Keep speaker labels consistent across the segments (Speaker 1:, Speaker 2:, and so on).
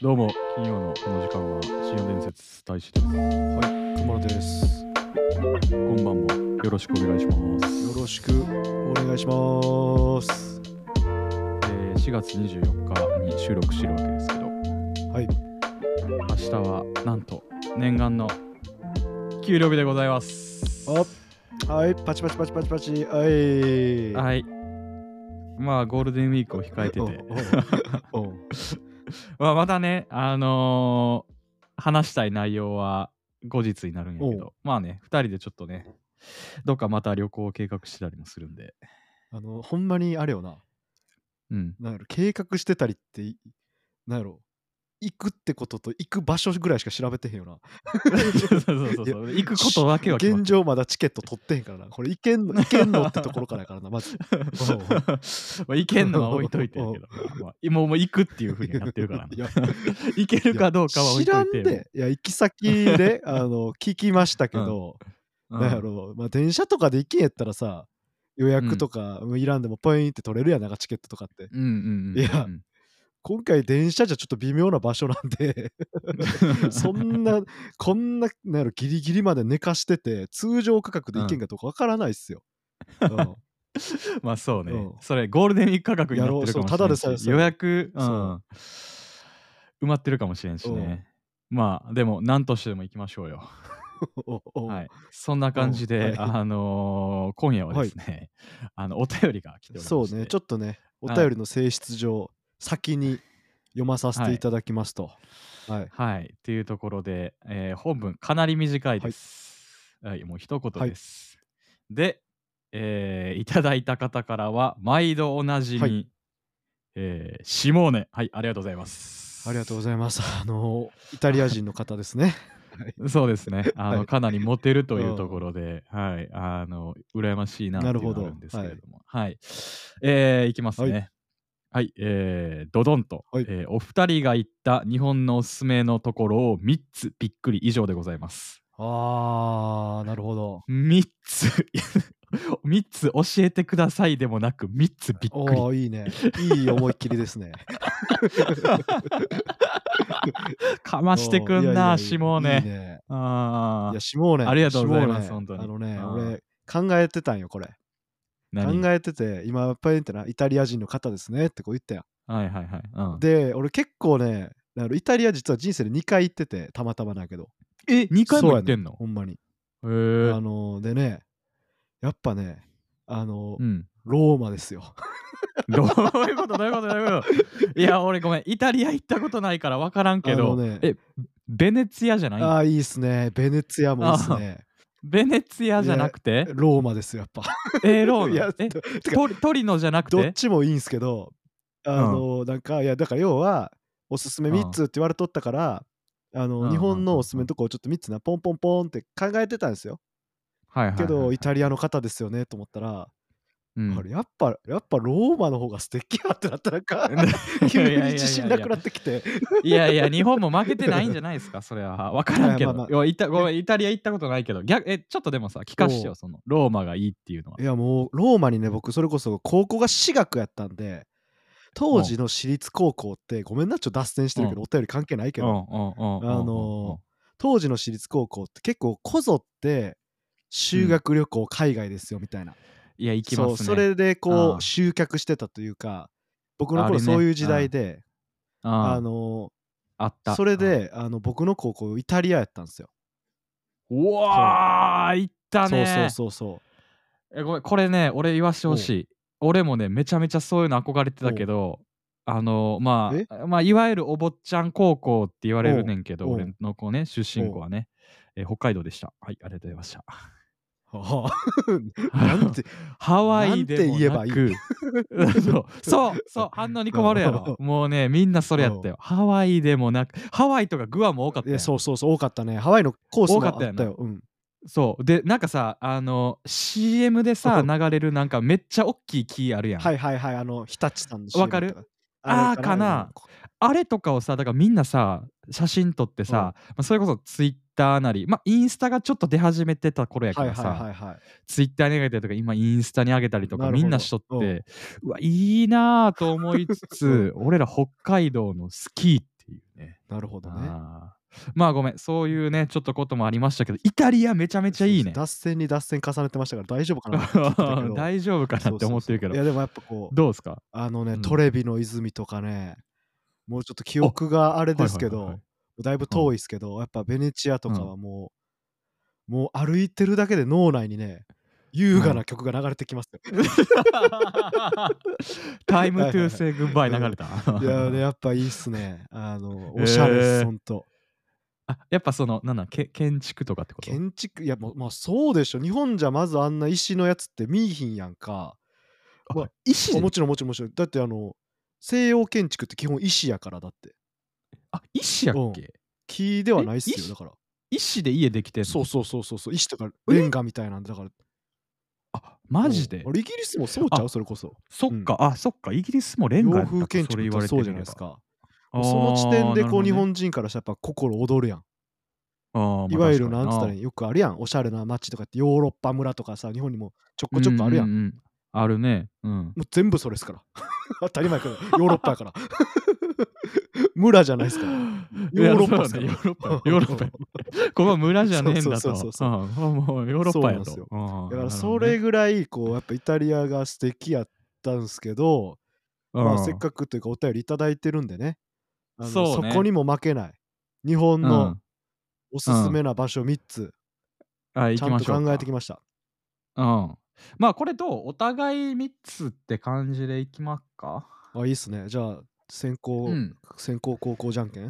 Speaker 1: どうも、金曜のこの時間は、深夜伝説大使です。
Speaker 2: はい、くまろです。
Speaker 1: こんばんも、よろしくお願いします。
Speaker 2: よろしくお願いします。
Speaker 1: えー4月24日に収録してるわけですけど、
Speaker 2: はい、
Speaker 1: 明日は、なんと、念願の給料日でございます。
Speaker 2: あ、はい、パチパチパチパチパチ、はい。
Speaker 1: はい。まあ、ゴールデンウィークを控えてて、
Speaker 2: おう。おう
Speaker 1: まあ、またね、あのー話したい内容は後日になるんやけ
Speaker 2: お
Speaker 1: ど、まあね、2人でちょっとね、どっかまた旅行を計画してたりもするんで、
Speaker 2: あの、ほんまにあれよな、
Speaker 1: うん。
Speaker 2: なんやろ、計画してたりってい、なんやろ、行くってことと行く場所ぐらいしか調べてへんよな。
Speaker 1: そうそうそうそう。行くことだけは決まっ
Speaker 2: 現状まだチケット取ってへんからな。これ行けんの、行けんのってところからやからな、まず。
Speaker 1: てる まあ行けんのは置いといてやけ ど、まあ、もうもう行くっていうふうになってるから
Speaker 2: いや
Speaker 1: な。 行けるかどうかは置い
Speaker 2: 知
Speaker 1: と
Speaker 2: ら
Speaker 1: いて。
Speaker 2: んで、いや、行き先で、あの、聞きましたけど、
Speaker 1: うん
Speaker 2: なんやろ、まあ、電車とかで行けんやったらさ、予約とかもういらんでもポインって取れるやん、なんかチケットとかって。
Speaker 1: うんうんうん。
Speaker 2: いや
Speaker 1: うん
Speaker 2: 今回電車じゃちょっと微妙な場所なん で、 そんな、こんな、なんやろ、ギリギリまで寝かしてて、通常価格で行けんかどうかわからないっすよ。 うん
Speaker 1: まあそうね、
Speaker 2: うん
Speaker 1: それゴールデンウィーク価格になってるかもしれんし
Speaker 2: やろうそうただでさえそう
Speaker 1: 予約、うん、埋
Speaker 2: そ
Speaker 1: まってるかもしれんしね、まあでも何としても行きましょうよ、
Speaker 2: おうおう
Speaker 1: はい、そんな感じで、
Speaker 2: うんはい
Speaker 1: あのー今夜はですね、あのお便りが来ておりまして
Speaker 2: そうね、ちょっとね、お
Speaker 1: はい
Speaker 2: 便りの性質上、先に読まさせていただきますと。はい。
Speaker 1: はい。っていうところで、えー本文かなり短いです。はい、もう一言
Speaker 2: はい
Speaker 1: です。で、えーいただいた方からは、毎度おなじみ、
Speaker 2: はい
Speaker 1: えーシモーネ。はい、ありがとうございます。
Speaker 2: ありがとうご
Speaker 1: う
Speaker 2: ざいます。あの、イタリア人の方ですね。
Speaker 1: そうですね。あの、
Speaker 2: はい
Speaker 1: かなりモテるとい
Speaker 2: うん
Speaker 1: うところで、はい、あの、羨ましいなってい
Speaker 2: な
Speaker 1: う
Speaker 2: るほ
Speaker 1: の
Speaker 2: ど
Speaker 1: があるんですけれども。はい、えーいきますね。はい、えー、ドドンと、
Speaker 2: はい
Speaker 1: えーお二人が言った日本のおすすめのところを3つびっくり以上でございます。
Speaker 2: あー、なるほど。
Speaker 1: 3つ 3つ教えてくださいでもなく3つびっくり
Speaker 2: おーいいね。いい思いっきりで すね。
Speaker 1: かましてくんなしもう
Speaker 2: いやい
Speaker 1: ね
Speaker 2: やいやいいね
Speaker 1: あ
Speaker 2: い
Speaker 1: ー
Speaker 2: や、下ね。
Speaker 1: ありがとうございます
Speaker 2: 下
Speaker 1: 本
Speaker 2: ね
Speaker 1: 当に
Speaker 2: あのね、
Speaker 1: あー
Speaker 2: 俺、考えてたんよ、これ。考
Speaker 1: 何
Speaker 2: えてて、今、やっぱりってな、イタリア人の方ですねってこう言ったや
Speaker 1: はいはいはい、うん
Speaker 2: ん。で、俺結構ね、あのイタリア実は人生で2回行ってて、たまたまなんやけど、
Speaker 1: え2回も行ってんの
Speaker 2: ほんまに。
Speaker 1: へ
Speaker 2: あ
Speaker 1: ー
Speaker 2: の、でね、やっぱね、あの
Speaker 1: う、ん
Speaker 2: ローマですよ。
Speaker 1: どういうことどういうことどういう こといや俺ごめんイタリア行ったことないから分からんけ
Speaker 2: あ
Speaker 1: ど、
Speaker 2: のね
Speaker 1: えベネツィアじゃない
Speaker 2: ああ、いいっすね。ベネツィアもいいっすね。
Speaker 1: ベネツィアじゃなくて
Speaker 2: ローマですよ、やっぱ。
Speaker 1: えーロー
Speaker 2: いや
Speaker 1: ナえ
Speaker 2: てか
Speaker 1: トリトリノじゃなく
Speaker 2: どってちもいいんすけど、あの、なんか、いや、だから要は、おすすめ
Speaker 1: うん
Speaker 2: 3つって言われとったから、あ
Speaker 1: うんうん
Speaker 2: の、
Speaker 1: うん
Speaker 2: 日本のおすすめのとこをちょっと3つな、ポンポンポンって考えてたんですよ。
Speaker 1: はいはいはい
Speaker 2: け
Speaker 1: はい
Speaker 2: ど、イタリアの方ですよね、と思ったら、
Speaker 1: うん
Speaker 2: あれやっぱ、やっぱローマの方が素敵やってなったらなん か
Speaker 1: いやいやい、
Speaker 2: 急
Speaker 1: やいや
Speaker 2: に自信なくなってきて、
Speaker 1: いやいや、日本も負けてないんじゃないですか、それは。分からんけ
Speaker 2: いやまあま
Speaker 1: ど
Speaker 2: あ。
Speaker 1: いやイタごめんイタリア行ったことないけど、逆えちょっとでもさ、聞かして
Speaker 2: お
Speaker 1: よ、
Speaker 2: う
Speaker 1: そのローマがいいっていうのは。
Speaker 2: いや、もう、ローマにね、僕、それこそ高校が私学やったんで、当時の私立高校って、ごめんな、ちょっと脱線してるけど、お便り関係ないけ
Speaker 1: うんう
Speaker 2: ど、
Speaker 1: んうんうんうんうん
Speaker 2: あの当時の私立高校って結構こぞって修学旅行海外ですよみたいな、
Speaker 1: いや、行きます
Speaker 2: そう
Speaker 1: ね。
Speaker 2: それでこ
Speaker 1: ああ
Speaker 2: う集客してたというか僕の
Speaker 1: あれ
Speaker 2: 頃
Speaker 1: ね
Speaker 2: そういう時代であ、
Speaker 1: あー
Speaker 2: の
Speaker 1: あった。
Speaker 2: それであの僕の高校イタリアやったんですよ、
Speaker 1: うん。うわー、行った
Speaker 2: そうそう
Speaker 1: ね。
Speaker 2: そうそう
Speaker 1: えごめん、これね、俺言わしてほしい。俺もね、めちゃめちゃそういうの憧れてたけど、あのま
Speaker 2: え
Speaker 1: あ、まあ、いわゆるお坊ちゃん高校って言われるねんけど、
Speaker 2: おう
Speaker 1: 俺の子ね、出身校はね、え北海道でした。はい、ありがとうございました。
Speaker 2: は あなんて
Speaker 1: ハワイでも
Speaker 2: な
Speaker 1: なん
Speaker 2: て
Speaker 1: くそう そうそう反応に困るやろもうねみんなそれやったよハワイでもなくハワイとかグアム多かった
Speaker 2: い
Speaker 1: や
Speaker 2: や
Speaker 1: ん
Speaker 2: そうそうそう多かったねハワイのコースも
Speaker 1: 多かった
Speaker 2: あ
Speaker 1: よ
Speaker 2: っ
Speaker 1: な
Speaker 2: たよ、うん、
Speaker 1: そうでなんかさあの CM でさ
Speaker 2: うん
Speaker 1: 流れるなんかめっちゃ大きい木あるやん、
Speaker 2: はいはいはいあの日立さんの CM
Speaker 1: わかる
Speaker 2: と
Speaker 1: あーかなあれとかをさだからみんなさ写真撮ってさ、まあ、それこそツイッターなりまあインスタがちょっと出始めてた頃や
Speaker 2: は
Speaker 1: か
Speaker 2: い
Speaker 1: ら
Speaker 2: は
Speaker 1: さ、
Speaker 2: いはいはい
Speaker 1: ツイッターに上げたりとか今インスタに上げたりと
Speaker 2: な
Speaker 1: か
Speaker 2: るほど
Speaker 1: みんなしとってうわいいなぁと思いつ つ俺ら北海道のスキーっていうね
Speaker 2: なるほどね
Speaker 1: あーまあごめんそういうねちょっとこともありましたけどイタリアめちゃめちゃいいね
Speaker 2: 脱線に脱線重ねてましたから大丈夫かな
Speaker 1: 大丈夫かなって思ってるけど
Speaker 2: いやでもやっぱこう
Speaker 1: どうですか
Speaker 2: あの
Speaker 1: う
Speaker 2: ね
Speaker 1: ん
Speaker 2: トレビの泉とかねもうちょっと記憶があれですけ
Speaker 1: はいはい
Speaker 2: ど
Speaker 1: はい
Speaker 2: だいぶ遠いですけどやっぱベネチアとかはもうもう歩いてるだけで脳内にね優雅な曲が流れて きますよ
Speaker 1: タイムトゥーセイグッバイ流れた。
Speaker 2: いやねやっぱいいっすね あのおしゃれっ
Speaker 1: へー
Speaker 2: すほんと
Speaker 1: あやっぱその、なんなんけ建築とかってこと
Speaker 2: 建築いやもうまあそうでしょ日本じゃまずあんな石のやつって見いひんやんか
Speaker 1: あ
Speaker 2: まあ
Speaker 1: 石
Speaker 2: あ
Speaker 1: で
Speaker 2: もちろんもちろんもちろんだってあの西洋建築って基本石やからだって
Speaker 1: あ、石やっけ
Speaker 2: 木ではないっす
Speaker 1: え
Speaker 2: よ
Speaker 1: 石
Speaker 2: だから
Speaker 1: 石で家できてんの
Speaker 2: そうそうそうそうそう石とかレンガみたいなんでだから
Speaker 1: あ、マジで
Speaker 2: うんあれイギリスもそうちゃう
Speaker 1: あ
Speaker 2: それこそ
Speaker 1: そっか、あ、そっか、イギリスもレンガ
Speaker 2: 洋
Speaker 1: やった
Speaker 2: 風
Speaker 1: か
Speaker 2: 建
Speaker 1: それ
Speaker 2: 築っ
Speaker 1: 言わ
Speaker 2: て
Speaker 1: れて
Speaker 2: そう
Speaker 1: み
Speaker 2: じゃ
Speaker 1: れ
Speaker 2: ない
Speaker 1: ば
Speaker 2: ですか
Speaker 1: あー
Speaker 2: その時点でこ
Speaker 1: なるほ
Speaker 2: う日
Speaker 1: どね
Speaker 2: 本人からしたらやっぱ心躍るやん
Speaker 1: あーまあ
Speaker 2: いわゆるなんつっ
Speaker 1: 確
Speaker 2: た
Speaker 1: からに
Speaker 2: いいよくあるやんおしゃれな街とかってヨーロッパ村とかさ日本にもちょこちょこあるやん
Speaker 1: うううあるね。うん。
Speaker 2: もう全部それですから 当たり前やけどヨーロッパやから 村じゃないですからヨーロッパっす
Speaker 1: い
Speaker 2: から
Speaker 1: やそうだねヨーロッ パ、ヨーロッパ。ここは村じゃねえんだと。
Speaker 2: そうそうそうそう
Speaker 1: うんもうヨーロッパやと。うん
Speaker 2: そうだか
Speaker 1: なるほどね
Speaker 2: らそれぐらいこうやっぱイタリアが素敵やったんすけど、まあ、
Speaker 1: うん
Speaker 2: せっかくというかお便りいただいてるんでねあの
Speaker 1: そうね
Speaker 2: こにも負けない日本
Speaker 1: う
Speaker 2: の
Speaker 1: ん
Speaker 2: おすすめな場所3つ、
Speaker 1: あ行
Speaker 2: ち
Speaker 1: き
Speaker 2: ゃん
Speaker 1: ま
Speaker 2: と
Speaker 1: しょうか
Speaker 2: 考えてきました
Speaker 1: うん。まあこれとお互い3つって感じでいきますか
Speaker 2: あいいっすねじゃあ先行、
Speaker 1: うん。
Speaker 2: 先行高校じゃんけん
Speaker 1: い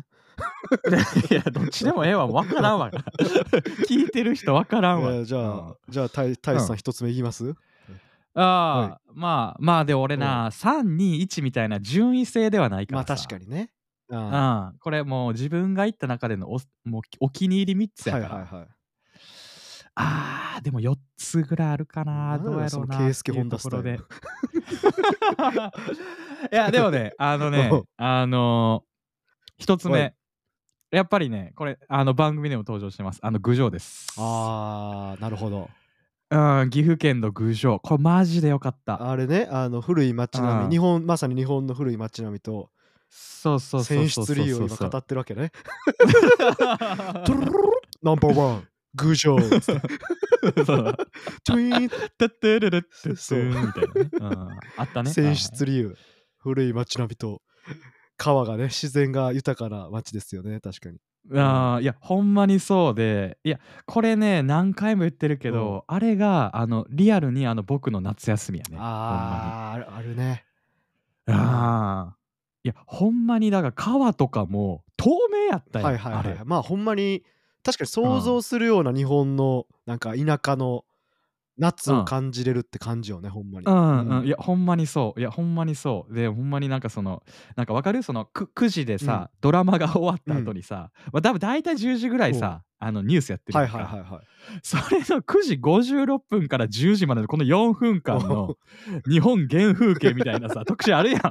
Speaker 1: や、どっちでもええわ。わからんわ。 聞いてる人わからんわ。
Speaker 2: えーじゃあ、
Speaker 1: うん
Speaker 2: じゃあたい太一さ
Speaker 1: うんん
Speaker 2: 1つ目いきます、
Speaker 1: ああ、まあまあで俺な、3、2、1みたいな順位制ではないか
Speaker 2: まあ
Speaker 1: らさ。
Speaker 2: 確かにねあ
Speaker 1: うん、これもう自分が行った中でのおもうお気に入り3つ
Speaker 2: ー
Speaker 1: や
Speaker 2: は
Speaker 1: か
Speaker 2: い
Speaker 1: ら、
Speaker 2: はいはい
Speaker 1: あーでも4つぐらいあるかな
Speaker 2: なんだ
Speaker 1: どうや
Speaker 2: そ
Speaker 1: ろ
Speaker 2: の
Speaker 1: うな
Speaker 2: ケースケホンダ
Speaker 1: っていうところで
Speaker 2: ス
Speaker 1: いやでもねあのね
Speaker 2: うん
Speaker 1: あのー、1つ
Speaker 2: は
Speaker 1: 目
Speaker 2: い
Speaker 1: やっぱりねこれあの番組でも登場してますあの郡上です
Speaker 2: あーなるほど
Speaker 1: うん岐阜県の郡上これマジでよかった
Speaker 2: あれねあの古い街並
Speaker 1: う
Speaker 2: み
Speaker 1: ん
Speaker 2: 日本まさに日本の古い街並みと
Speaker 1: そうそうそう
Speaker 2: 選
Speaker 1: そう
Speaker 2: 出
Speaker 1: そう
Speaker 2: 理由
Speaker 1: そ
Speaker 2: を
Speaker 1: う
Speaker 2: 今語ってるわけねトゥ
Speaker 1: そ
Speaker 2: ルルルルナンバーワングジョ ーズ
Speaker 1: う
Speaker 2: トゥイーン
Speaker 1: てってれれってみ
Speaker 2: そ
Speaker 1: た
Speaker 2: う
Speaker 1: いなね、うん、あったね
Speaker 2: 選出理由古い街並みと川がね自然が豊かな街ですよね確かに
Speaker 1: あーいやほんまにそうでいやこれね何回も言ってるけど、あれがあのリアルにあの僕の夏休みやね
Speaker 2: あーあるあるね
Speaker 1: ほんまにあーいやほんまにだから川とかも透明やったよ、
Speaker 2: はいはい
Speaker 1: あ
Speaker 2: はい
Speaker 1: れ
Speaker 2: まあほんまに確かに想像するような日本のなんか田舎の夏を感じれるって感じよねほんまに
Speaker 1: うんうん、
Speaker 2: うん
Speaker 1: いやほんまにそういやほんまにそうでほんまになんかそのなんかわかるそのく9時でさ、ドラマが終わった後にさ、まあ、多分大体10時ぐらいさあのニュースやってる
Speaker 2: は
Speaker 1: や
Speaker 2: い
Speaker 1: んか
Speaker 2: はいはいはい
Speaker 1: それの9時56分から10時までのこの4分間の日本原風景みたいな さ特集あるやん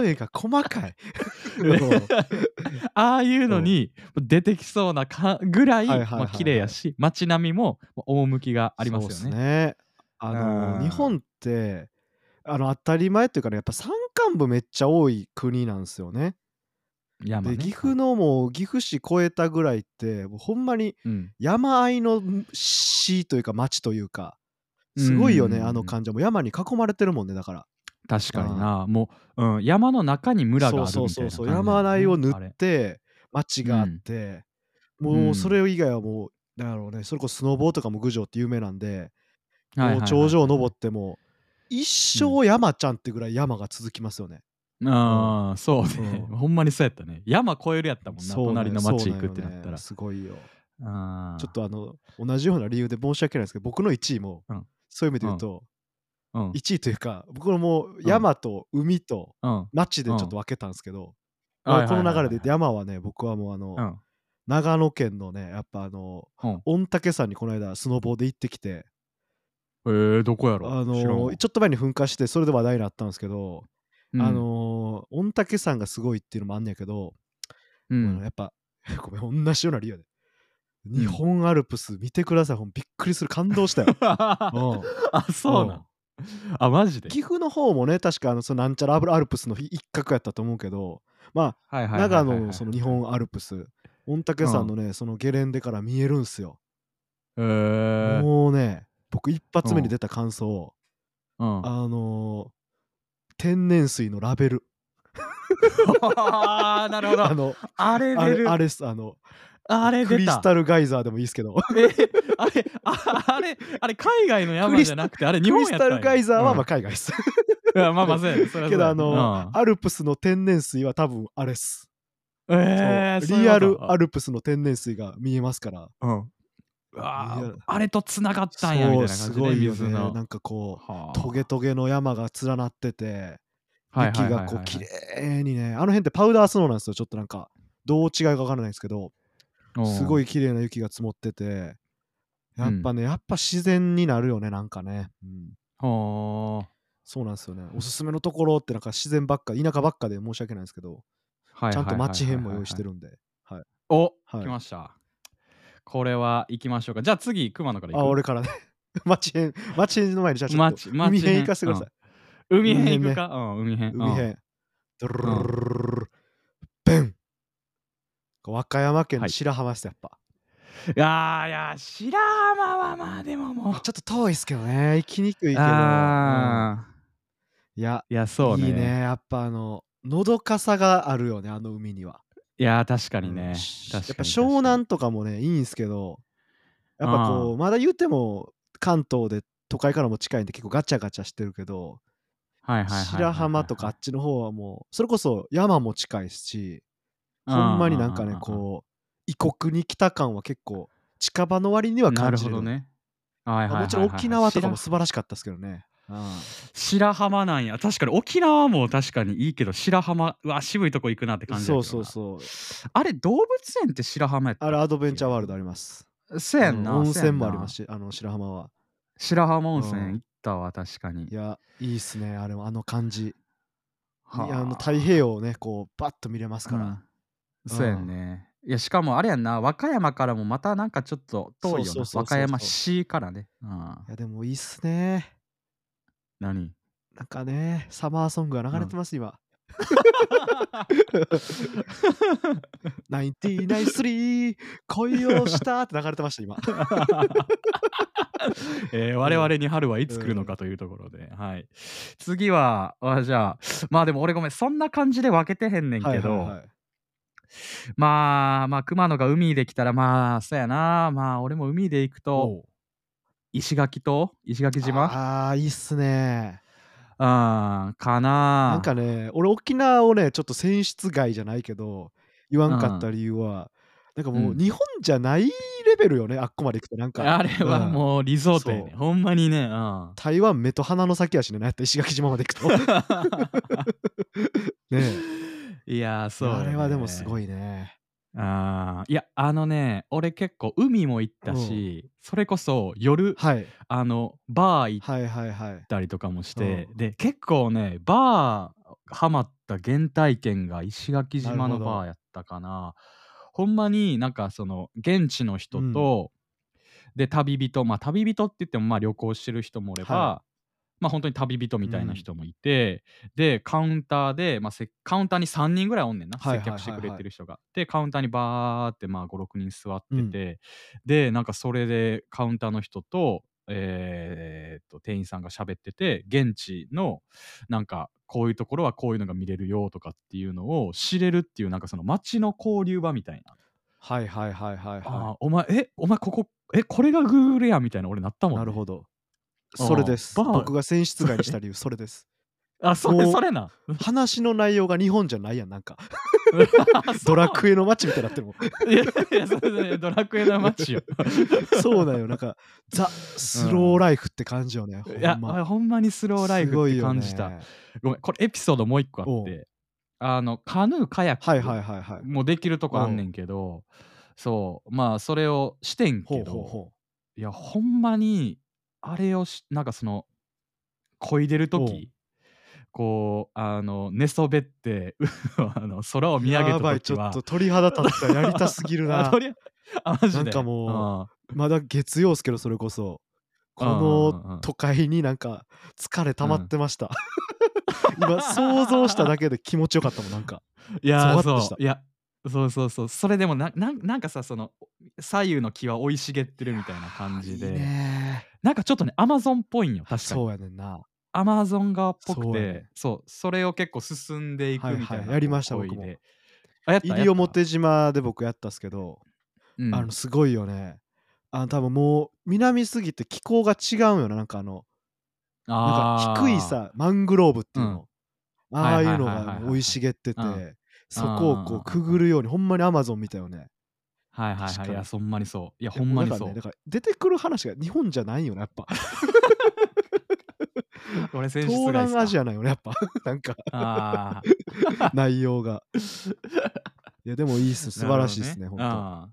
Speaker 2: 例えが細かい
Speaker 1: ねああいうのに出てきそうなかぐらい
Speaker 2: はいはいはいは
Speaker 1: ま
Speaker 2: い
Speaker 1: あ綺麗やし街並みもまあ趣がありますよ
Speaker 2: そうっ
Speaker 1: ね。
Speaker 2: あの
Speaker 1: うん
Speaker 2: 日本ってあの当たり前というかねやっぱ山間部めっちゃ多い国なんですよね。
Speaker 1: 山
Speaker 2: で
Speaker 1: ね
Speaker 2: 岐阜のもう岐阜市越えたぐらいってもうほんまに
Speaker 1: うん
Speaker 2: 山あいの市というか町というかすごいよね、
Speaker 1: うん
Speaker 2: あの感じはもう山に囲まれてるもんねだから
Speaker 1: 確かになもう、うん、山の中に村がある
Speaker 2: そう
Speaker 1: み
Speaker 2: そ
Speaker 1: た
Speaker 2: う
Speaker 1: い
Speaker 2: そう
Speaker 1: な
Speaker 2: そ
Speaker 1: 感
Speaker 2: う
Speaker 1: じ
Speaker 2: 山あいを塗
Speaker 1: あれ
Speaker 2: って町があって、もうそれ以外はもうだろうねそれこそスノボーとかも郡上って有名なんで、
Speaker 1: はいはい
Speaker 2: もう
Speaker 1: はい
Speaker 2: 頂上登っても一生山ちゃんってぐらい山が続きますよね。
Speaker 1: ああそうね、
Speaker 2: う
Speaker 1: ほんまにそうやったね山越えるやったもんな
Speaker 2: そうなん
Speaker 1: 隣
Speaker 2: よ
Speaker 1: の町行くってなった
Speaker 2: そうんよ
Speaker 1: ら
Speaker 2: ね、すごいよ。
Speaker 1: あー
Speaker 2: ちょっとあの同じような理由で申し訳ないですけど僕の1位も、
Speaker 1: うん
Speaker 2: そういう意味で言うと、
Speaker 1: うん
Speaker 2: 1位というか僕のもう山と海と
Speaker 1: うん
Speaker 2: 町でちょっと分けたんですけど、まあこの流れで言って山はね僕はもうあの、
Speaker 1: うん
Speaker 2: 長野県のねやっぱあの
Speaker 1: うん
Speaker 2: 御嶽山にこの間スノボーで行ってきて、
Speaker 1: えー、どこやろ
Speaker 2: あの
Speaker 1: 知らんわ
Speaker 2: ちょっと前に噴火してそれで話題になったんですけど、
Speaker 1: うん
Speaker 2: あのの御嶽山がすごいっていうのもあんねんけど、
Speaker 1: う
Speaker 2: あの
Speaker 1: ん
Speaker 2: やっぱごめん同じような理由で日本アルプス見てください、ほんびっくりする感 動したようん
Speaker 1: あそうなんあマジで
Speaker 2: 岐阜の方もね確かあのそのなんちゃらアブアルプスの一角やったと思うけどま
Speaker 1: はいはい
Speaker 2: あ
Speaker 1: はいは
Speaker 2: 長
Speaker 1: い
Speaker 2: 野のその日本アルプス御嶽山のね、そのゲレンデから見えるんすよ、
Speaker 1: へー
Speaker 2: もうね僕一発目に出た感想、
Speaker 1: うん
Speaker 2: あのー天然水のラベル
Speaker 1: あーなるほ
Speaker 2: あ
Speaker 1: ど
Speaker 2: の
Speaker 1: あれ
Speaker 2: あ
Speaker 1: 出
Speaker 2: れ
Speaker 1: る
Speaker 2: あれっすあの
Speaker 1: あれ
Speaker 2: ク
Speaker 1: 出
Speaker 2: リ
Speaker 1: た
Speaker 2: スタルガイザーでもいいですけど
Speaker 1: えあれああれあれ海外の山じゃなくてあれ日
Speaker 2: ク
Speaker 1: 本
Speaker 2: リ
Speaker 1: やった
Speaker 2: スタ
Speaker 1: んや
Speaker 2: ルガイザーは
Speaker 1: うん
Speaker 2: まあ海外っす、
Speaker 1: いやまあまあそうやねそれはそうやね
Speaker 2: けどあの
Speaker 1: うん
Speaker 2: アルプスの天然水は多分あれっす、
Speaker 1: えー
Speaker 2: そう
Speaker 1: そういうこと
Speaker 2: リアルアルプスの天然水が見えますから
Speaker 1: うんうわ
Speaker 2: リア
Speaker 1: ー
Speaker 2: ル
Speaker 1: あれとつながったんやみたいな
Speaker 2: そ
Speaker 1: 感
Speaker 2: うす
Speaker 1: じ
Speaker 2: ご
Speaker 1: で
Speaker 2: いよ
Speaker 1: 水
Speaker 2: ね
Speaker 1: の
Speaker 2: なんかこ
Speaker 1: はあ
Speaker 2: うトゲトゲの山が連なってて
Speaker 1: はいはい
Speaker 2: 雪
Speaker 1: はいは
Speaker 2: が
Speaker 1: い
Speaker 2: こう綺麗にねあの辺ってパウダースノーなんですよちょっとなんかどう違いか分からないんですけどすご
Speaker 1: い
Speaker 2: い綺麗な雪が積もってて
Speaker 1: うん
Speaker 2: やっぱね、やっぱ自然になるよねなんかね、うん、
Speaker 1: はあ
Speaker 2: そうなんですよねおすすめのところってなんか自然ばっか田舎ばっかで申し訳ないんですけど
Speaker 1: はいはいはいはいはい
Speaker 2: ちゃんと街編も用意してるんで
Speaker 1: お、
Speaker 2: はい
Speaker 1: 来ました。これは行きましょうか。じゃあ次、熊野から行く。
Speaker 2: あ俺からね 街編街編の前にじゃあちょっと
Speaker 1: 街街
Speaker 2: 海編行かせてください、
Speaker 1: うん海
Speaker 2: 海
Speaker 1: 辺
Speaker 2: 辺ね
Speaker 1: 行くか、うん、海辺。
Speaker 2: 海
Speaker 1: うん
Speaker 2: 編。ドルルルルルルベン和歌山県の白浜ですやっぱ、
Speaker 1: いやーいやー、白浜はまあでももう。
Speaker 2: ちょっと遠いですけどね行きにくいけど、うん
Speaker 1: あ
Speaker 2: いや
Speaker 1: ーいや、そうね。
Speaker 2: いいねやっぱあののどかさがあるよねあの海にはい
Speaker 1: やー、確かにね。
Speaker 2: うん
Speaker 1: 確か
Speaker 2: や
Speaker 1: に
Speaker 2: っぱ湘南とかもねいいんすけどやっぱこ
Speaker 1: あ
Speaker 2: うまだ言うても関東で都会からも近いんで結構ガチャガチャしてるけど
Speaker 1: はいはいはいはいはい
Speaker 2: 白浜とかあっ、ちの方はもうそれこそ山も近いしほんまになんかねこう異国に来た感は結構近場の割に
Speaker 1: う
Speaker 2: は
Speaker 1: んな
Speaker 2: 感
Speaker 1: る
Speaker 2: じ
Speaker 1: ほ
Speaker 2: る
Speaker 1: どね。はいはいはいはい
Speaker 2: もちろん沖縄とかも
Speaker 1: 白
Speaker 2: 素晴らしかったですけどね
Speaker 1: 白浜なんや確かに沖縄も確かにいいけど白浜うわ渋いとこ行くなって感じやけど
Speaker 2: そう
Speaker 1: な
Speaker 2: そうそう
Speaker 1: あれ動物園って白浜やった
Speaker 2: あれアドベンチャーワールドあります
Speaker 1: せやんな、
Speaker 2: うん温
Speaker 1: せや
Speaker 2: 泉
Speaker 1: んな
Speaker 2: もありますしあの白浜は
Speaker 1: 白浜温泉
Speaker 2: うん
Speaker 1: 行ったわ、確かに
Speaker 2: いやいいっすねあれもあの感じ
Speaker 1: はあ
Speaker 2: いやあの太平洋をねこうバッと見れますから、
Speaker 1: うんそうやんねいやしかもあれやんな和歌山からもまたなんかちょっと遠いよ
Speaker 2: そうそうそう
Speaker 1: な
Speaker 2: そう
Speaker 1: 和歌山市からね、うん
Speaker 2: い、やでもいいっすね
Speaker 1: 何
Speaker 2: なんかねサマーソングが流れてま す、今 ナインティナイスリー恋をしたって流れてました今
Speaker 1: えー我々に春はいつ来るのかというところで、はい次はあじゃあまあでも俺ごめんそんな感じで分けてへんねんけど、
Speaker 2: はいはいはい
Speaker 1: まあまあ熊野が海で来たらまあそうやなまあ俺も海で行くと石垣島石垣島
Speaker 2: あーいいっすね
Speaker 1: あーかな
Speaker 2: なんかね俺沖縄をねちょっと選出外じゃないけど言わんかった理由は、なんかもう
Speaker 1: うん
Speaker 2: 日本じゃないレベルよねあっこまで行くとなんか
Speaker 1: あれはもうリゾートやね、、
Speaker 2: そうん
Speaker 1: ほんまにね、うん、
Speaker 2: 台湾目と鼻の先やしねなんやったら石垣島まで行く と ね え
Speaker 1: いやーそう、
Speaker 2: あれはでもす
Speaker 1: い
Speaker 2: ごいね
Speaker 1: あーいやあのね俺結構海も行ったし、それこそ夜
Speaker 2: はい
Speaker 1: あのバー行っ
Speaker 2: はいはいはい
Speaker 1: たりとかもして、
Speaker 2: うん
Speaker 1: で結構ねバーハマった原体験が石垣島の
Speaker 2: なるほど
Speaker 1: バーやったかなほんまになんかその現地の人と、で旅人まあ旅人って言ってもまあ旅行してる人もおれば、
Speaker 2: は
Speaker 1: まあ本当に旅人みたいな人もいて、でカウンターで、まあ、せカウンターに3人ぐらいおんねんな、
Speaker 2: はいはいはいはい
Speaker 1: 接客してくれてる人がでカウンターにバーってまあ56人座ってて、でなんかそれでカウンターの人とえーっと店員さんが喋ってて現地のなんかこういうところはこういうのが見れるよとかっていうのを知れるっていうなんかその街の交流場みたいな、
Speaker 2: はいはいはいはい
Speaker 1: あ
Speaker 2: は
Speaker 1: ーお前えお前ここえこれが Google やみたいな俺なった
Speaker 2: い
Speaker 1: もん、ね、
Speaker 2: なるほど
Speaker 1: うん
Speaker 2: それです
Speaker 1: バー
Speaker 2: 僕が選出外にした理由そ れです
Speaker 1: あそれ
Speaker 2: もう
Speaker 1: それな
Speaker 2: 話の内容が日本じゃないやんなんか ドラクエの街みたいになってるもん
Speaker 1: エ いやいやそれそれドラクエの街よ
Speaker 2: そうだよなんかザ・スローライフって感じよね、
Speaker 1: い
Speaker 2: ほ
Speaker 1: や
Speaker 2: んま
Speaker 1: ほんまにスローライ
Speaker 2: すご
Speaker 1: フっ
Speaker 2: い
Speaker 1: て
Speaker 2: よ
Speaker 1: 感
Speaker 2: ね
Speaker 1: じた、ごめんこれエピソードもう一個あってあのカヌーカヤック、
Speaker 2: はいはいはいはい
Speaker 1: もうできるとこあんねんけど、そうまあそれをしてん
Speaker 2: ほ
Speaker 1: け
Speaker 2: う
Speaker 1: ど
Speaker 2: ほうほ
Speaker 1: いやほんまにあれをしなんかそのこいでる
Speaker 2: うん
Speaker 1: 時こうあの寝そべって あの空を見上げ
Speaker 2: や
Speaker 1: た
Speaker 2: ばい、
Speaker 1: 時
Speaker 2: ちょ
Speaker 1: は
Speaker 2: っと鳥肌立った。やりたすぎる
Speaker 1: あ
Speaker 2: な
Speaker 1: と。りあえずあマジで
Speaker 2: なんかも
Speaker 1: うん
Speaker 2: まだ月曜っすけど、それこそ。この
Speaker 1: うんうんうん
Speaker 2: 都会になんか疲れ溜まって ました。今、想像しただけで気持ちよかったもん、なんか。
Speaker 1: いやー
Speaker 2: ゾワッとし
Speaker 1: そ
Speaker 2: た
Speaker 1: ういやそうそうそうそれでもななんなんかさその左右の木は生い茂ってるみたいな感じで
Speaker 2: いいね
Speaker 1: なんかちょっとねアマゾンっぽいんよ確かに
Speaker 2: そうやねんな。
Speaker 1: アマゾン側っぽくてそ,、
Speaker 2: そううやね
Speaker 1: それを結構進んでいくみたいな、
Speaker 2: はいはいやりました
Speaker 1: こう
Speaker 2: 僕も
Speaker 1: 行為であやった
Speaker 2: 西表島で僕やったっすけど、
Speaker 1: やった
Speaker 2: あ
Speaker 1: うん
Speaker 2: のすごいよね。あの多分もう南すぎて気候が違うよな。なんかあの、なん
Speaker 1: あ
Speaker 2: か
Speaker 1: ー
Speaker 2: 低いさ、マングローブっていうの。ああいうの
Speaker 1: はいはいはい
Speaker 2: が
Speaker 1: はいはい
Speaker 2: 生い茂ってて
Speaker 1: うん、
Speaker 2: そこをこうくぐるように、ほんまにアマゾンみたいよね。
Speaker 1: はいはい
Speaker 2: 確
Speaker 1: は
Speaker 2: か
Speaker 1: い
Speaker 2: に
Speaker 1: いやそんまにそういやほんまに
Speaker 2: だか
Speaker 1: そ
Speaker 2: ら
Speaker 1: う、
Speaker 2: ねだから出てくる話が日本じゃないよね、やっ ぱ。
Speaker 1: 俺選手
Speaker 2: 東
Speaker 1: すらいっす
Speaker 2: 南
Speaker 1: か
Speaker 2: アジアなんよね、やっぱ。 な んか
Speaker 1: あ
Speaker 2: 内容が。いや、でもいいっす。素晴らしいっすね、
Speaker 1: ほ
Speaker 2: ほ
Speaker 1: ん
Speaker 2: ん
Speaker 1: と
Speaker 2: と。
Speaker 1: っ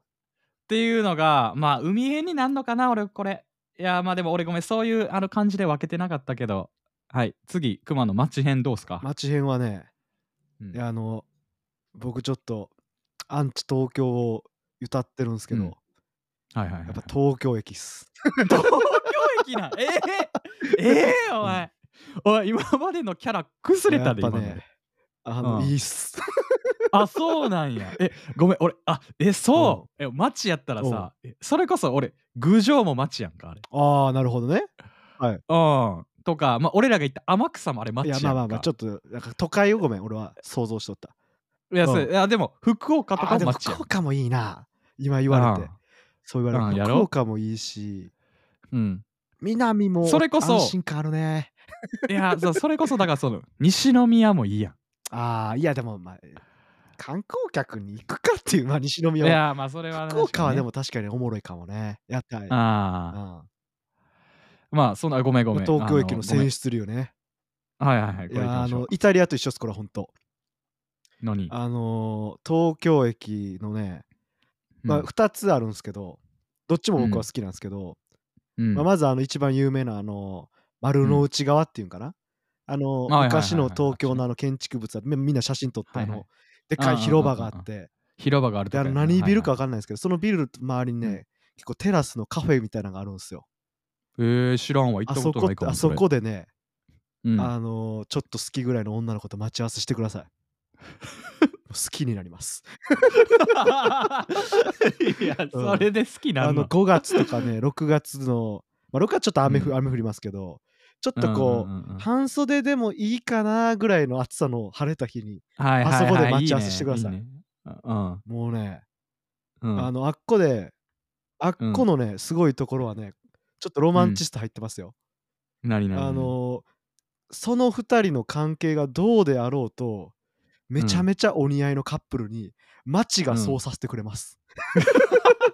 Speaker 1: ていうのがまあ海辺になんのかな俺これいやまあでも俺ごめんそういうあの感じで分けてなかったけどはい次熊の町編どうすか、
Speaker 2: 街編はね、
Speaker 1: うん
Speaker 2: いやあの、僕ちょっと、アンチ東京を歌ってるんですけど、
Speaker 1: うんはいはいはい、
Speaker 2: やっぱ東京駅っす。
Speaker 1: 東京駅なええええお前、おい今までのキャラ崩れ
Speaker 2: や
Speaker 1: た
Speaker 2: っ
Speaker 1: で
Speaker 2: ぱ
Speaker 1: 今ので
Speaker 2: ね、あの、
Speaker 1: うん
Speaker 2: いいっす。
Speaker 1: あそうなんやえごめん俺あえそう、え町やったらさ、えそれこそ俺郡上も町やんかあれ
Speaker 2: ああ、なるほどね。
Speaker 1: うんとかまあ俺らが言った天草もあれ町
Speaker 2: い
Speaker 1: や
Speaker 2: や、
Speaker 1: んか
Speaker 2: まあまあまあ、ちょっと、なんか都会をごめん、俺は想像しとった。
Speaker 1: いや、そう
Speaker 2: うん
Speaker 1: いやでも福岡と
Speaker 2: あ
Speaker 1: か
Speaker 2: ーで
Speaker 1: も
Speaker 2: も
Speaker 1: 町
Speaker 2: 福
Speaker 1: やん
Speaker 2: 岡もいいな。今言われて。そう言わ
Speaker 1: うん
Speaker 2: れ
Speaker 1: や
Speaker 2: て。
Speaker 1: ろ
Speaker 2: 福岡もいいし、
Speaker 1: うん、うん
Speaker 2: 南も
Speaker 1: それこそ
Speaker 2: 安心感あるね。
Speaker 1: いやそうそれこそだからその 西宮もいいやん
Speaker 2: ああ、いやでもまあ、観光客に行くかっていう、まあ西
Speaker 1: い
Speaker 2: 宮は。
Speaker 1: やまあそれはね
Speaker 2: 福岡はで
Speaker 1: 確
Speaker 2: も確かにおもろいかもね。やったい。
Speaker 1: かにねああ
Speaker 2: う
Speaker 1: まあそんなごめんご
Speaker 2: ん
Speaker 1: めん
Speaker 2: 東京駅
Speaker 1: あ
Speaker 2: の
Speaker 1: ごめ
Speaker 2: 選
Speaker 1: ん
Speaker 2: 出るよね。
Speaker 1: はいはいはいこれ行
Speaker 2: い
Speaker 1: き
Speaker 2: やあ
Speaker 1: ましょう
Speaker 2: のイタリアと一緒です、これ本当。
Speaker 1: 何
Speaker 2: あのー東京駅のね、ま
Speaker 1: う
Speaker 2: あ
Speaker 1: ん
Speaker 2: 2つあるんですけど、どっちも僕は好きなんですけど、
Speaker 1: うん
Speaker 2: まあまずあの一番有名なあの丸の内側っていうんかな。あ
Speaker 1: はい
Speaker 2: の
Speaker 1: はいはいはい
Speaker 2: 昔の東京のあの建築物はみみんな写真撮ったあ
Speaker 1: はいは
Speaker 2: のでっかい広場があって
Speaker 1: 広場があると
Speaker 2: で
Speaker 1: こ
Speaker 2: あ
Speaker 1: や
Speaker 2: の
Speaker 1: な
Speaker 2: 何ビルか
Speaker 1: は
Speaker 2: 分かんないですけど、そのビルの周りにね、
Speaker 1: うん
Speaker 2: 結構テラスのカフェみたいなのがあるんですよ。
Speaker 1: いはいえー、知らんわ行
Speaker 2: あ
Speaker 1: った
Speaker 2: そ
Speaker 1: こ
Speaker 2: ことっ
Speaker 1: ないか
Speaker 2: て
Speaker 1: も
Speaker 2: あそこでね、
Speaker 1: れうん
Speaker 2: あのーちょっと好きぐらいの女の子と待ち合わせしてく ださい。好きになります。
Speaker 1: いやそれで好きな
Speaker 2: あ
Speaker 1: んの
Speaker 2: の5月とかね、6月 の、まあ、6月ちょっと雨ふ、
Speaker 1: うん
Speaker 2: 雨降りますけど、ちょっ
Speaker 1: うんう
Speaker 2: と
Speaker 1: ん
Speaker 2: こう、
Speaker 1: うんうん
Speaker 2: 半袖でもいいかなぐらいの暑さの晴れた日に、
Speaker 1: はいはいはい
Speaker 2: あそこで待ち合わせしてください
Speaker 1: いねいねうん
Speaker 2: もうね、
Speaker 1: うん
Speaker 2: あのあっこで、あっこのね、すごいところはね、ちょっとロマンチスト入ってますよ。
Speaker 1: 何々
Speaker 2: あのーその2人の関係がどうであろうとめちゃめちゃお似合いのカップルに街がそうさせてくれます、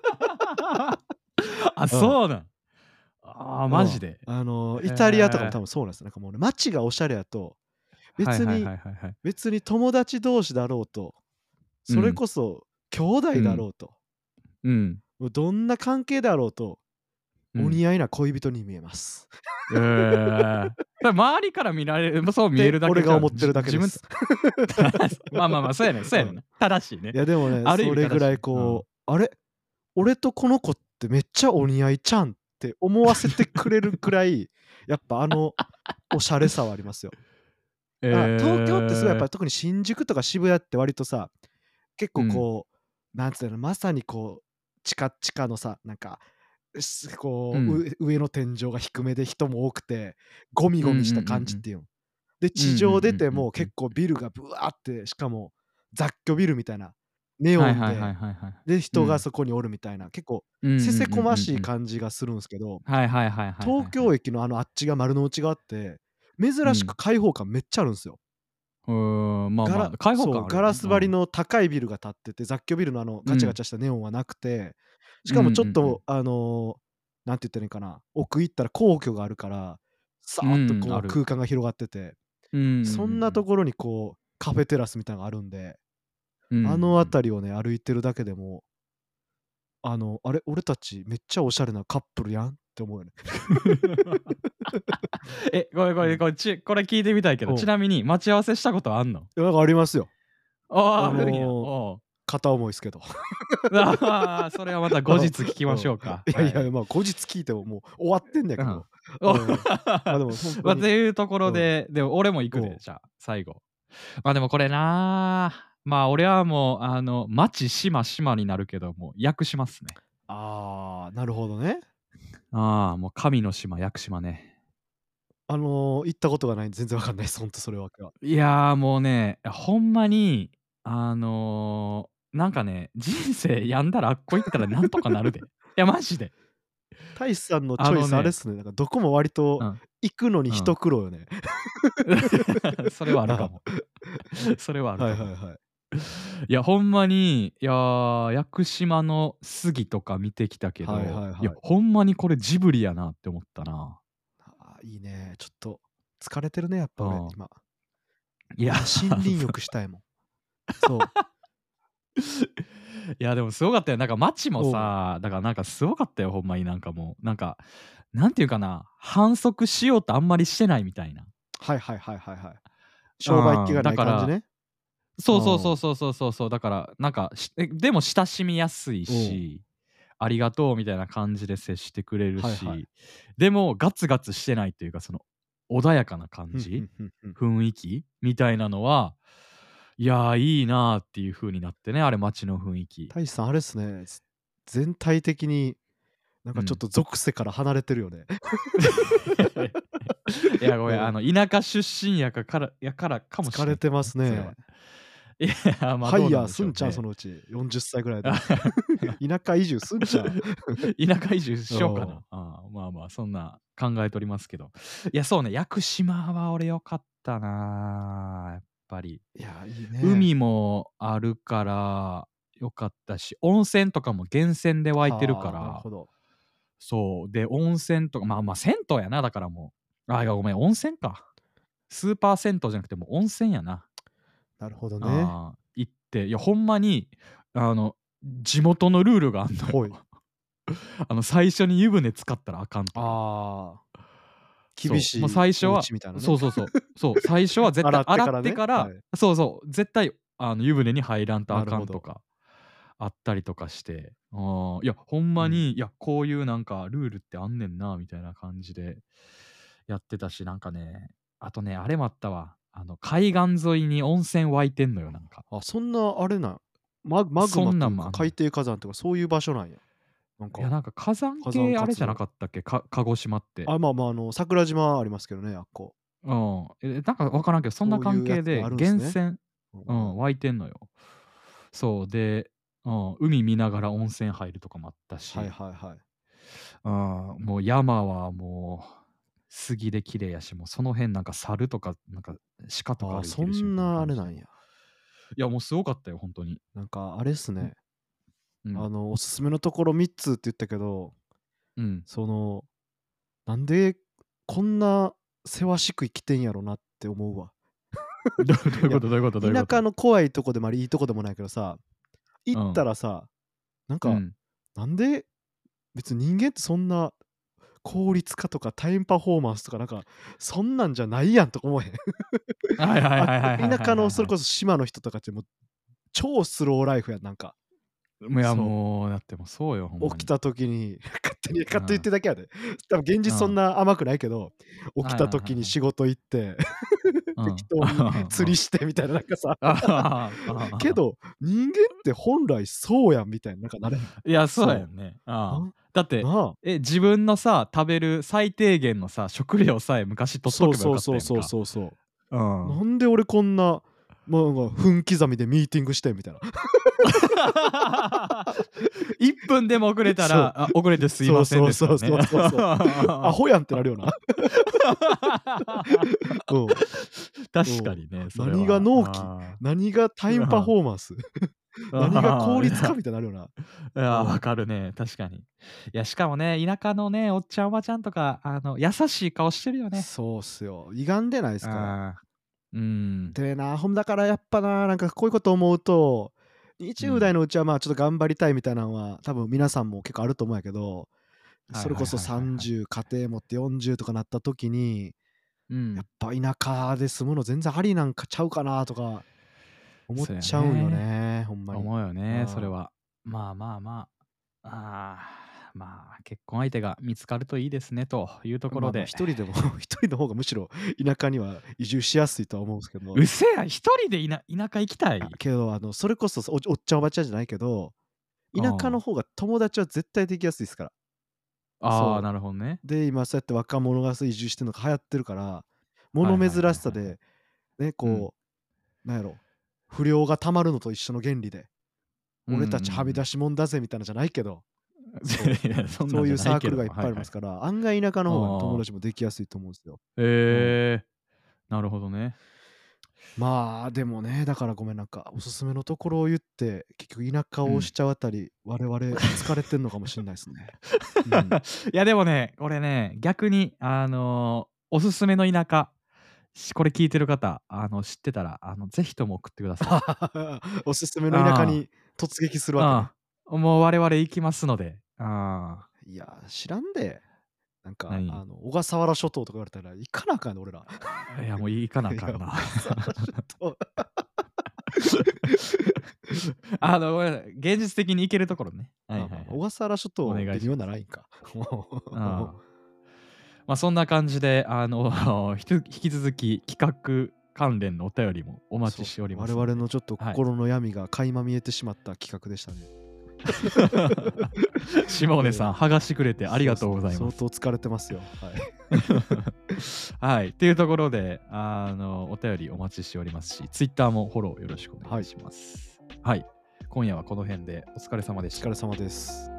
Speaker 1: あそうなんあーマジで
Speaker 2: あのー
Speaker 1: へー
Speaker 2: イタリアとかも多分そうなんですよなんかもうね街がおしゃれやと別に、
Speaker 1: はいはいはいはいはい
Speaker 2: 別に友達同士だろうとそれこそ兄弟だろうと、
Speaker 1: うん
Speaker 2: もうどんな関係だろう
Speaker 1: う
Speaker 2: と、
Speaker 1: ん
Speaker 2: お似合いな恋人に見えます、
Speaker 1: えーそれ周りから見られるそう見えるだけ
Speaker 2: で俺
Speaker 1: じ
Speaker 2: が
Speaker 1: ゃ
Speaker 2: 思ってるだけ
Speaker 1: じ
Speaker 2: で
Speaker 1: 自
Speaker 2: す
Speaker 1: 分とまあまあまあそうやねそうやね、
Speaker 2: うん
Speaker 1: 正しいね
Speaker 2: いやでもね
Speaker 1: ある意
Speaker 2: そ
Speaker 1: 味
Speaker 2: れぐらいこう、あれ俺とこの子ってめっちゃお似合いちゃんって思わせてくれるくらいやっぱあのおしゃれさはありますよ。だから東京ってすごいやっぱり特に新宿とか渋谷って割とさ結構こう、なんつうのまさにこうチカチカのさなんかすこう、
Speaker 1: うん
Speaker 2: う上の天井が低めで人も多くてゴミゴミした感じっていうの。で地
Speaker 1: うんうんうんうん
Speaker 2: 上出ても結構ビルがブワーってしかも雑居ビルみたいなネオ
Speaker 1: はい
Speaker 2: ン
Speaker 1: はいはい
Speaker 2: で
Speaker 1: はいはい
Speaker 2: で人
Speaker 1: うん
Speaker 2: がそこにおるみたいな結構
Speaker 1: うんうんうんうん
Speaker 2: せせこましい感じがするんですけど
Speaker 1: はいはいはいはいはい
Speaker 2: 東京駅のあのあっちが丸の内があって珍しく開放感めっちゃあるんですよ。
Speaker 1: うーんまあ
Speaker 2: ガ
Speaker 1: まあ
Speaker 2: ラ
Speaker 1: 開放感あるよ
Speaker 2: そう
Speaker 1: ね
Speaker 2: ガラス張りの高いビルが建ってて雑居ビルのあのガチャガチャしたネオンはなくてしかもちょっ
Speaker 1: うんうんうん
Speaker 2: とあのーなんて言ったらいいんかな奥行ったら皇居があるからさーっと
Speaker 1: うん
Speaker 2: こ
Speaker 1: あ
Speaker 2: う
Speaker 1: る
Speaker 2: 空間が広がってて
Speaker 1: うんうんうん
Speaker 2: そんなところにこうカフェテラスみたいなのがあるんで
Speaker 1: うん
Speaker 2: あの辺りをね歩いてるだけでもあのあれ俺たちめっちゃおしゃれなカップルやんって思うよね
Speaker 1: え、ごめんごめん、これちこれ聞いてみたいけ
Speaker 2: う
Speaker 1: ど、
Speaker 2: ん
Speaker 1: ちなみに待ち合わせしたことあんの
Speaker 2: いやなんかありますよ
Speaker 1: ああ、
Speaker 2: あ
Speaker 1: あ
Speaker 2: のー
Speaker 1: るんやお
Speaker 2: 片思いですけ ど。
Speaker 1: うああ、それはまた後日聞きましょうか
Speaker 2: いやい
Speaker 1: は
Speaker 2: やまあ後日聞いてももう終わってんだけど、
Speaker 1: お
Speaker 2: うんあでも本当
Speaker 1: まあ、
Speaker 2: に
Speaker 1: というところで、でも俺も行く
Speaker 2: う
Speaker 1: で
Speaker 2: ん、
Speaker 1: じゃあ、最後。まあでもこれなあ、まあ俺はもう、あの、町、島、島になるけど、もう訳しますね。
Speaker 2: ああなるほどね
Speaker 1: ああ、もう神の島、屋久島ね。
Speaker 2: あのー行ったことがないんで全然わかんないです本当それわけはい
Speaker 1: やーもうね、ほんまに、あのーなんかね、人生やんだらあっこ行ったらなんとかなるで。いや、マジ で。
Speaker 2: 大志さんのチョイ
Speaker 1: あの
Speaker 2: ス
Speaker 1: ね
Speaker 2: あれっすねなんかどこも割と
Speaker 1: うん
Speaker 2: 行くのに一苦労よね、
Speaker 1: それはあるかも。それはあるかも。
Speaker 2: はい
Speaker 1: い
Speaker 2: はいはい
Speaker 1: や、ほんまに、いやー、屋久島の杉とか見てきたけど、
Speaker 2: はいはいはい
Speaker 1: や、ほんまにこれジブリやなって思ったな。
Speaker 2: あーいいねちょっと疲れてるねやっぱ俺
Speaker 1: うん
Speaker 2: 今
Speaker 1: い や、
Speaker 2: 森林浴したい もんそう
Speaker 1: いやでもすごかったよなんか街もさだからなんかすごかったよほんまになんかもうなんかなんていうかな反則しようとあんまりしてないみたいな
Speaker 2: はいはいはいはいはい商売っ気がな
Speaker 1: だ
Speaker 2: い
Speaker 1: から
Speaker 2: 感じね
Speaker 1: そうそうそうそうそうそうそうだからなんかしえでも親しみやすいしありがとうみたいな感じで接してくれるし、
Speaker 2: はいはい
Speaker 1: でもガツガツしてないというかその穏やかな感
Speaker 2: うん
Speaker 1: じ、
Speaker 2: うんうんうん
Speaker 1: 雰囲気みたいなのはいやーいいなーっていう風になってねあれ街の雰囲 気
Speaker 2: 大志さんあれっすねす全体的になんかちょっと属性から離れてるよね、
Speaker 1: いやごめ
Speaker 2: うん
Speaker 1: んあの田舎出身やからやからかもしれ
Speaker 2: 疲
Speaker 1: ない
Speaker 2: れてます
Speaker 1: それ
Speaker 2: ね
Speaker 1: は。いやまあ
Speaker 2: ハ
Speaker 1: どう
Speaker 2: イ
Speaker 1: な
Speaker 2: ヤ
Speaker 1: ん
Speaker 2: ー
Speaker 1: でしょ
Speaker 2: す
Speaker 1: うんね
Speaker 2: ちゃんそのうち40歳ぐらい で田舎移住すんちゃん
Speaker 1: 田舎移住しようかな。ああまあまあ、そんな考えておりますけど。いや、そうね、屋久島は俺よかったなあやっぱり。
Speaker 2: いやいいね
Speaker 1: 海もあるからよかったし、温泉とかも源泉で湧いてるか
Speaker 2: あーなる
Speaker 1: ら
Speaker 2: ほ、ど
Speaker 1: そう。で、温泉とか、まあまあ、銭湯やな、だからもう。あ、いやごめん、温泉か。スーパー銭湯じゃなくて、もう温泉やな。
Speaker 2: なるほどね
Speaker 1: ああ行っていやほんまにあの地元のルールがあんの
Speaker 2: ほい
Speaker 1: よあの最初に湯船使ったらあかんとか
Speaker 2: ああ
Speaker 1: そう
Speaker 2: 厳しい
Speaker 1: もう最初
Speaker 2: お
Speaker 1: は
Speaker 2: 家みたいなね
Speaker 1: そうそうそう そう最初は絶対
Speaker 2: 洗ってからね
Speaker 1: 洗ってから
Speaker 2: はい
Speaker 1: そうそう絶対あの湯船に入らんとあ
Speaker 2: なる
Speaker 1: か
Speaker 2: ほ
Speaker 1: ん
Speaker 2: ど
Speaker 1: とかあったりとかしてあーいやほんまに、いやこういうなんかルールってあんねんなみたいな感じでやってたしなんかねあとねあれもあったわあの海岸沿いに温泉湧いてんのよなんか
Speaker 2: あそんなあれなママグ
Speaker 1: そん
Speaker 2: マ
Speaker 1: な
Speaker 2: と
Speaker 1: ん
Speaker 2: い
Speaker 1: もあ
Speaker 2: うんか
Speaker 1: の
Speaker 2: 海底火山とかそういう場所なんやなんか
Speaker 1: いやなんか火山
Speaker 2: 火山活
Speaker 1: 系
Speaker 2: 動
Speaker 1: あれじゃなかったっけか鹿児島って
Speaker 2: あまあまああの桜島ありますけどねあっこ、
Speaker 1: うんえなんか分からんけどそんな
Speaker 2: そうい
Speaker 1: 関
Speaker 2: う
Speaker 1: 係
Speaker 2: やつ
Speaker 1: で
Speaker 2: があるんすね
Speaker 1: 源泉うん、湧いてんのよそうで、うん、海見ながら温泉入るとかもあったし、
Speaker 2: はいはいはい
Speaker 1: うん、もう山はもう杉で綺麗やしもうその辺なんか猿とかなんか鹿とか
Speaker 2: あ
Speaker 1: 歩
Speaker 2: ー
Speaker 1: い
Speaker 2: そ
Speaker 1: てるし
Speaker 2: ん
Speaker 1: みたい
Speaker 2: なあ
Speaker 1: 感
Speaker 2: れ
Speaker 1: じ
Speaker 2: なんや
Speaker 1: いやもうすごかったよ本当に、
Speaker 2: なんかあれっすね、
Speaker 1: うん、
Speaker 2: あのおすすめのところ3つって言ったけど
Speaker 1: うん
Speaker 2: そのなんでこんなせわしく生きてんやろなって思うわ
Speaker 1: どういうことどういうことどういうこと
Speaker 2: 田舎の怖いとこでもありいいとこでもないけどさ行ったらさ、なんか、
Speaker 1: うん
Speaker 2: なんで別に人間ってそんな効率化とかタイムパフォーマンスとかなんかそんなんじゃないやんとか思えへん
Speaker 1: はいはいはいはいはいはいはい
Speaker 2: 田舎のそれこそ島の人とかってもう超スローライフやんなんか
Speaker 1: いや
Speaker 2: そう
Speaker 1: もうだってもうそうよほんまに
Speaker 2: 起きた時に 勝手に勝手
Speaker 1: うん
Speaker 2: に言ってるだけやで多分現実そんな甘くないけど
Speaker 1: ん
Speaker 2: 起きた時に仕事行って
Speaker 1: うん
Speaker 2: 適当に釣りしてみたいななんかさ
Speaker 1: ああ
Speaker 2: けど人間って本来そうやんみたいななんかなれへん
Speaker 1: いやそうやんねああ
Speaker 2: なん
Speaker 1: だって
Speaker 2: なあ
Speaker 1: え自分のさ食べる最低限のさ食料さえ昔取っ
Speaker 2: そ
Speaker 1: と
Speaker 2: う
Speaker 1: けばよ
Speaker 2: そ
Speaker 1: か
Speaker 2: う
Speaker 1: った
Speaker 2: そ
Speaker 1: や
Speaker 2: うん
Speaker 1: か
Speaker 2: そうそうそう
Speaker 1: う
Speaker 2: なんんで俺こんな、まあ、まあ分刻みでミーティングしてみたいな。
Speaker 1: 1分でも遅れたらあ遅れてすいませんですからね
Speaker 2: そうそうそうそうアホやんってなるよな。うん、
Speaker 1: 確かにねそれは
Speaker 2: 何が納期
Speaker 1: あ
Speaker 2: 何がタイムパフォーマンス
Speaker 1: ー
Speaker 2: 何が効率
Speaker 1: あ
Speaker 2: 化みたいになるよな。
Speaker 1: ーいやわかるね確かにいやしかもね田舎のねおっちゃんおばちゃんとかあの優しい顔してる よね
Speaker 2: そうっすよ。歪んでないですから。
Speaker 1: あーうん
Speaker 2: でねな、ほんだからやっぱな、なんかこういうこと思うと、 20代のうちはまあちょっと頑張りたいみたいなのは多分皆さんも結構あると思うんやけど
Speaker 1: はいはいはいはいはい
Speaker 2: それこそ30家庭持って40とかなった時に
Speaker 1: うん
Speaker 2: やっぱ田舎で住むの全然ありなんかちゃうかなとか思っちゃうよ
Speaker 1: そうや
Speaker 2: ねほんまに
Speaker 1: 思うよね、
Speaker 2: うん
Speaker 1: それは。まあまあまあ。あーまあ、結婚相手が見つかるといいですねというところ
Speaker 2: まあまあ
Speaker 1: で。
Speaker 2: 一人でも 一人の方がむしろ田舎には移住しやすいとは思うんですけど
Speaker 1: うっせえや、一人でいな田舎行きたい。
Speaker 2: けどあのそれこそおおっちゃんおばちゃんじゃないけど田舎の方が友達は絶対できやすいですから
Speaker 1: あ
Speaker 2: そ
Speaker 1: あ、
Speaker 2: う
Speaker 1: なるほどね。
Speaker 2: で今そうやって若者が移住してるのが流行ってるから
Speaker 1: はいは
Speaker 2: 物
Speaker 1: いはい
Speaker 2: 珍しさでねこうなんやろ不良がたまるのと一緒の原理で俺たちはみ 出
Speaker 1: し、
Speaker 2: しもんだぜみたいなじゃないけど
Speaker 1: そういやそん
Speaker 2: そ
Speaker 1: なん
Speaker 2: う
Speaker 1: じ
Speaker 2: い
Speaker 1: ゃ
Speaker 2: うサ
Speaker 1: な
Speaker 2: ー
Speaker 1: け
Speaker 2: ク
Speaker 1: ど
Speaker 2: ルがいっぱいありますから案外田舎の方が
Speaker 1: あー
Speaker 2: 友達もできやすいと思うんですよ
Speaker 1: はいはいえー、なるほどね。
Speaker 2: まあでもねだからごめんなんかおすすめのところを言って結局田舎を押しちゃうあたり我々疲れてんのかもしれないです ねうん
Speaker 1: いやでもね、俺ね、逆に、あのーおすすめの田舎、しこれ聞いてる方、あの知ってたら、あのぜひとも送ってくだ さい。
Speaker 2: おすすめの田舎に突撃するわけね
Speaker 1: うんもう我々行きますので。あ
Speaker 2: いや、知らんで。なんか、あ
Speaker 1: 何
Speaker 2: の小笠原諸島とか言われたら、行かなあかんね、俺ら。
Speaker 1: あいや、もう行かなあかん
Speaker 2: いや
Speaker 1: な。
Speaker 2: 小笠原諸島
Speaker 1: あの、ごめんなさい現実的に行けるところね。 はいはい、
Speaker 2: ま
Speaker 1: は
Speaker 2: あ
Speaker 1: い
Speaker 2: まあ小笠原諸島
Speaker 1: お
Speaker 2: は
Speaker 1: 願いします
Speaker 2: 微妙なラインか。
Speaker 1: うんまあ、そんな感じで、あの、 ひつ引き続き企画関連のお便りもお待ちしております。
Speaker 2: そう我々のちょっと
Speaker 1: はい
Speaker 2: 心の闇が垣間見えてしまった企画でしたね。
Speaker 1: 下根さん、剥がしてくれてありがとうござい
Speaker 2: そう
Speaker 1: ま
Speaker 2: そう相当疲れてますよ。は い
Speaker 1: す。はい。というところで、あの、お便りお待ちしておりますし、Twitter もフォローよろしくお願いします。はい。今夜はこの辺でお疲れ様で
Speaker 2: お
Speaker 1: した
Speaker 2: 疲。れ様です。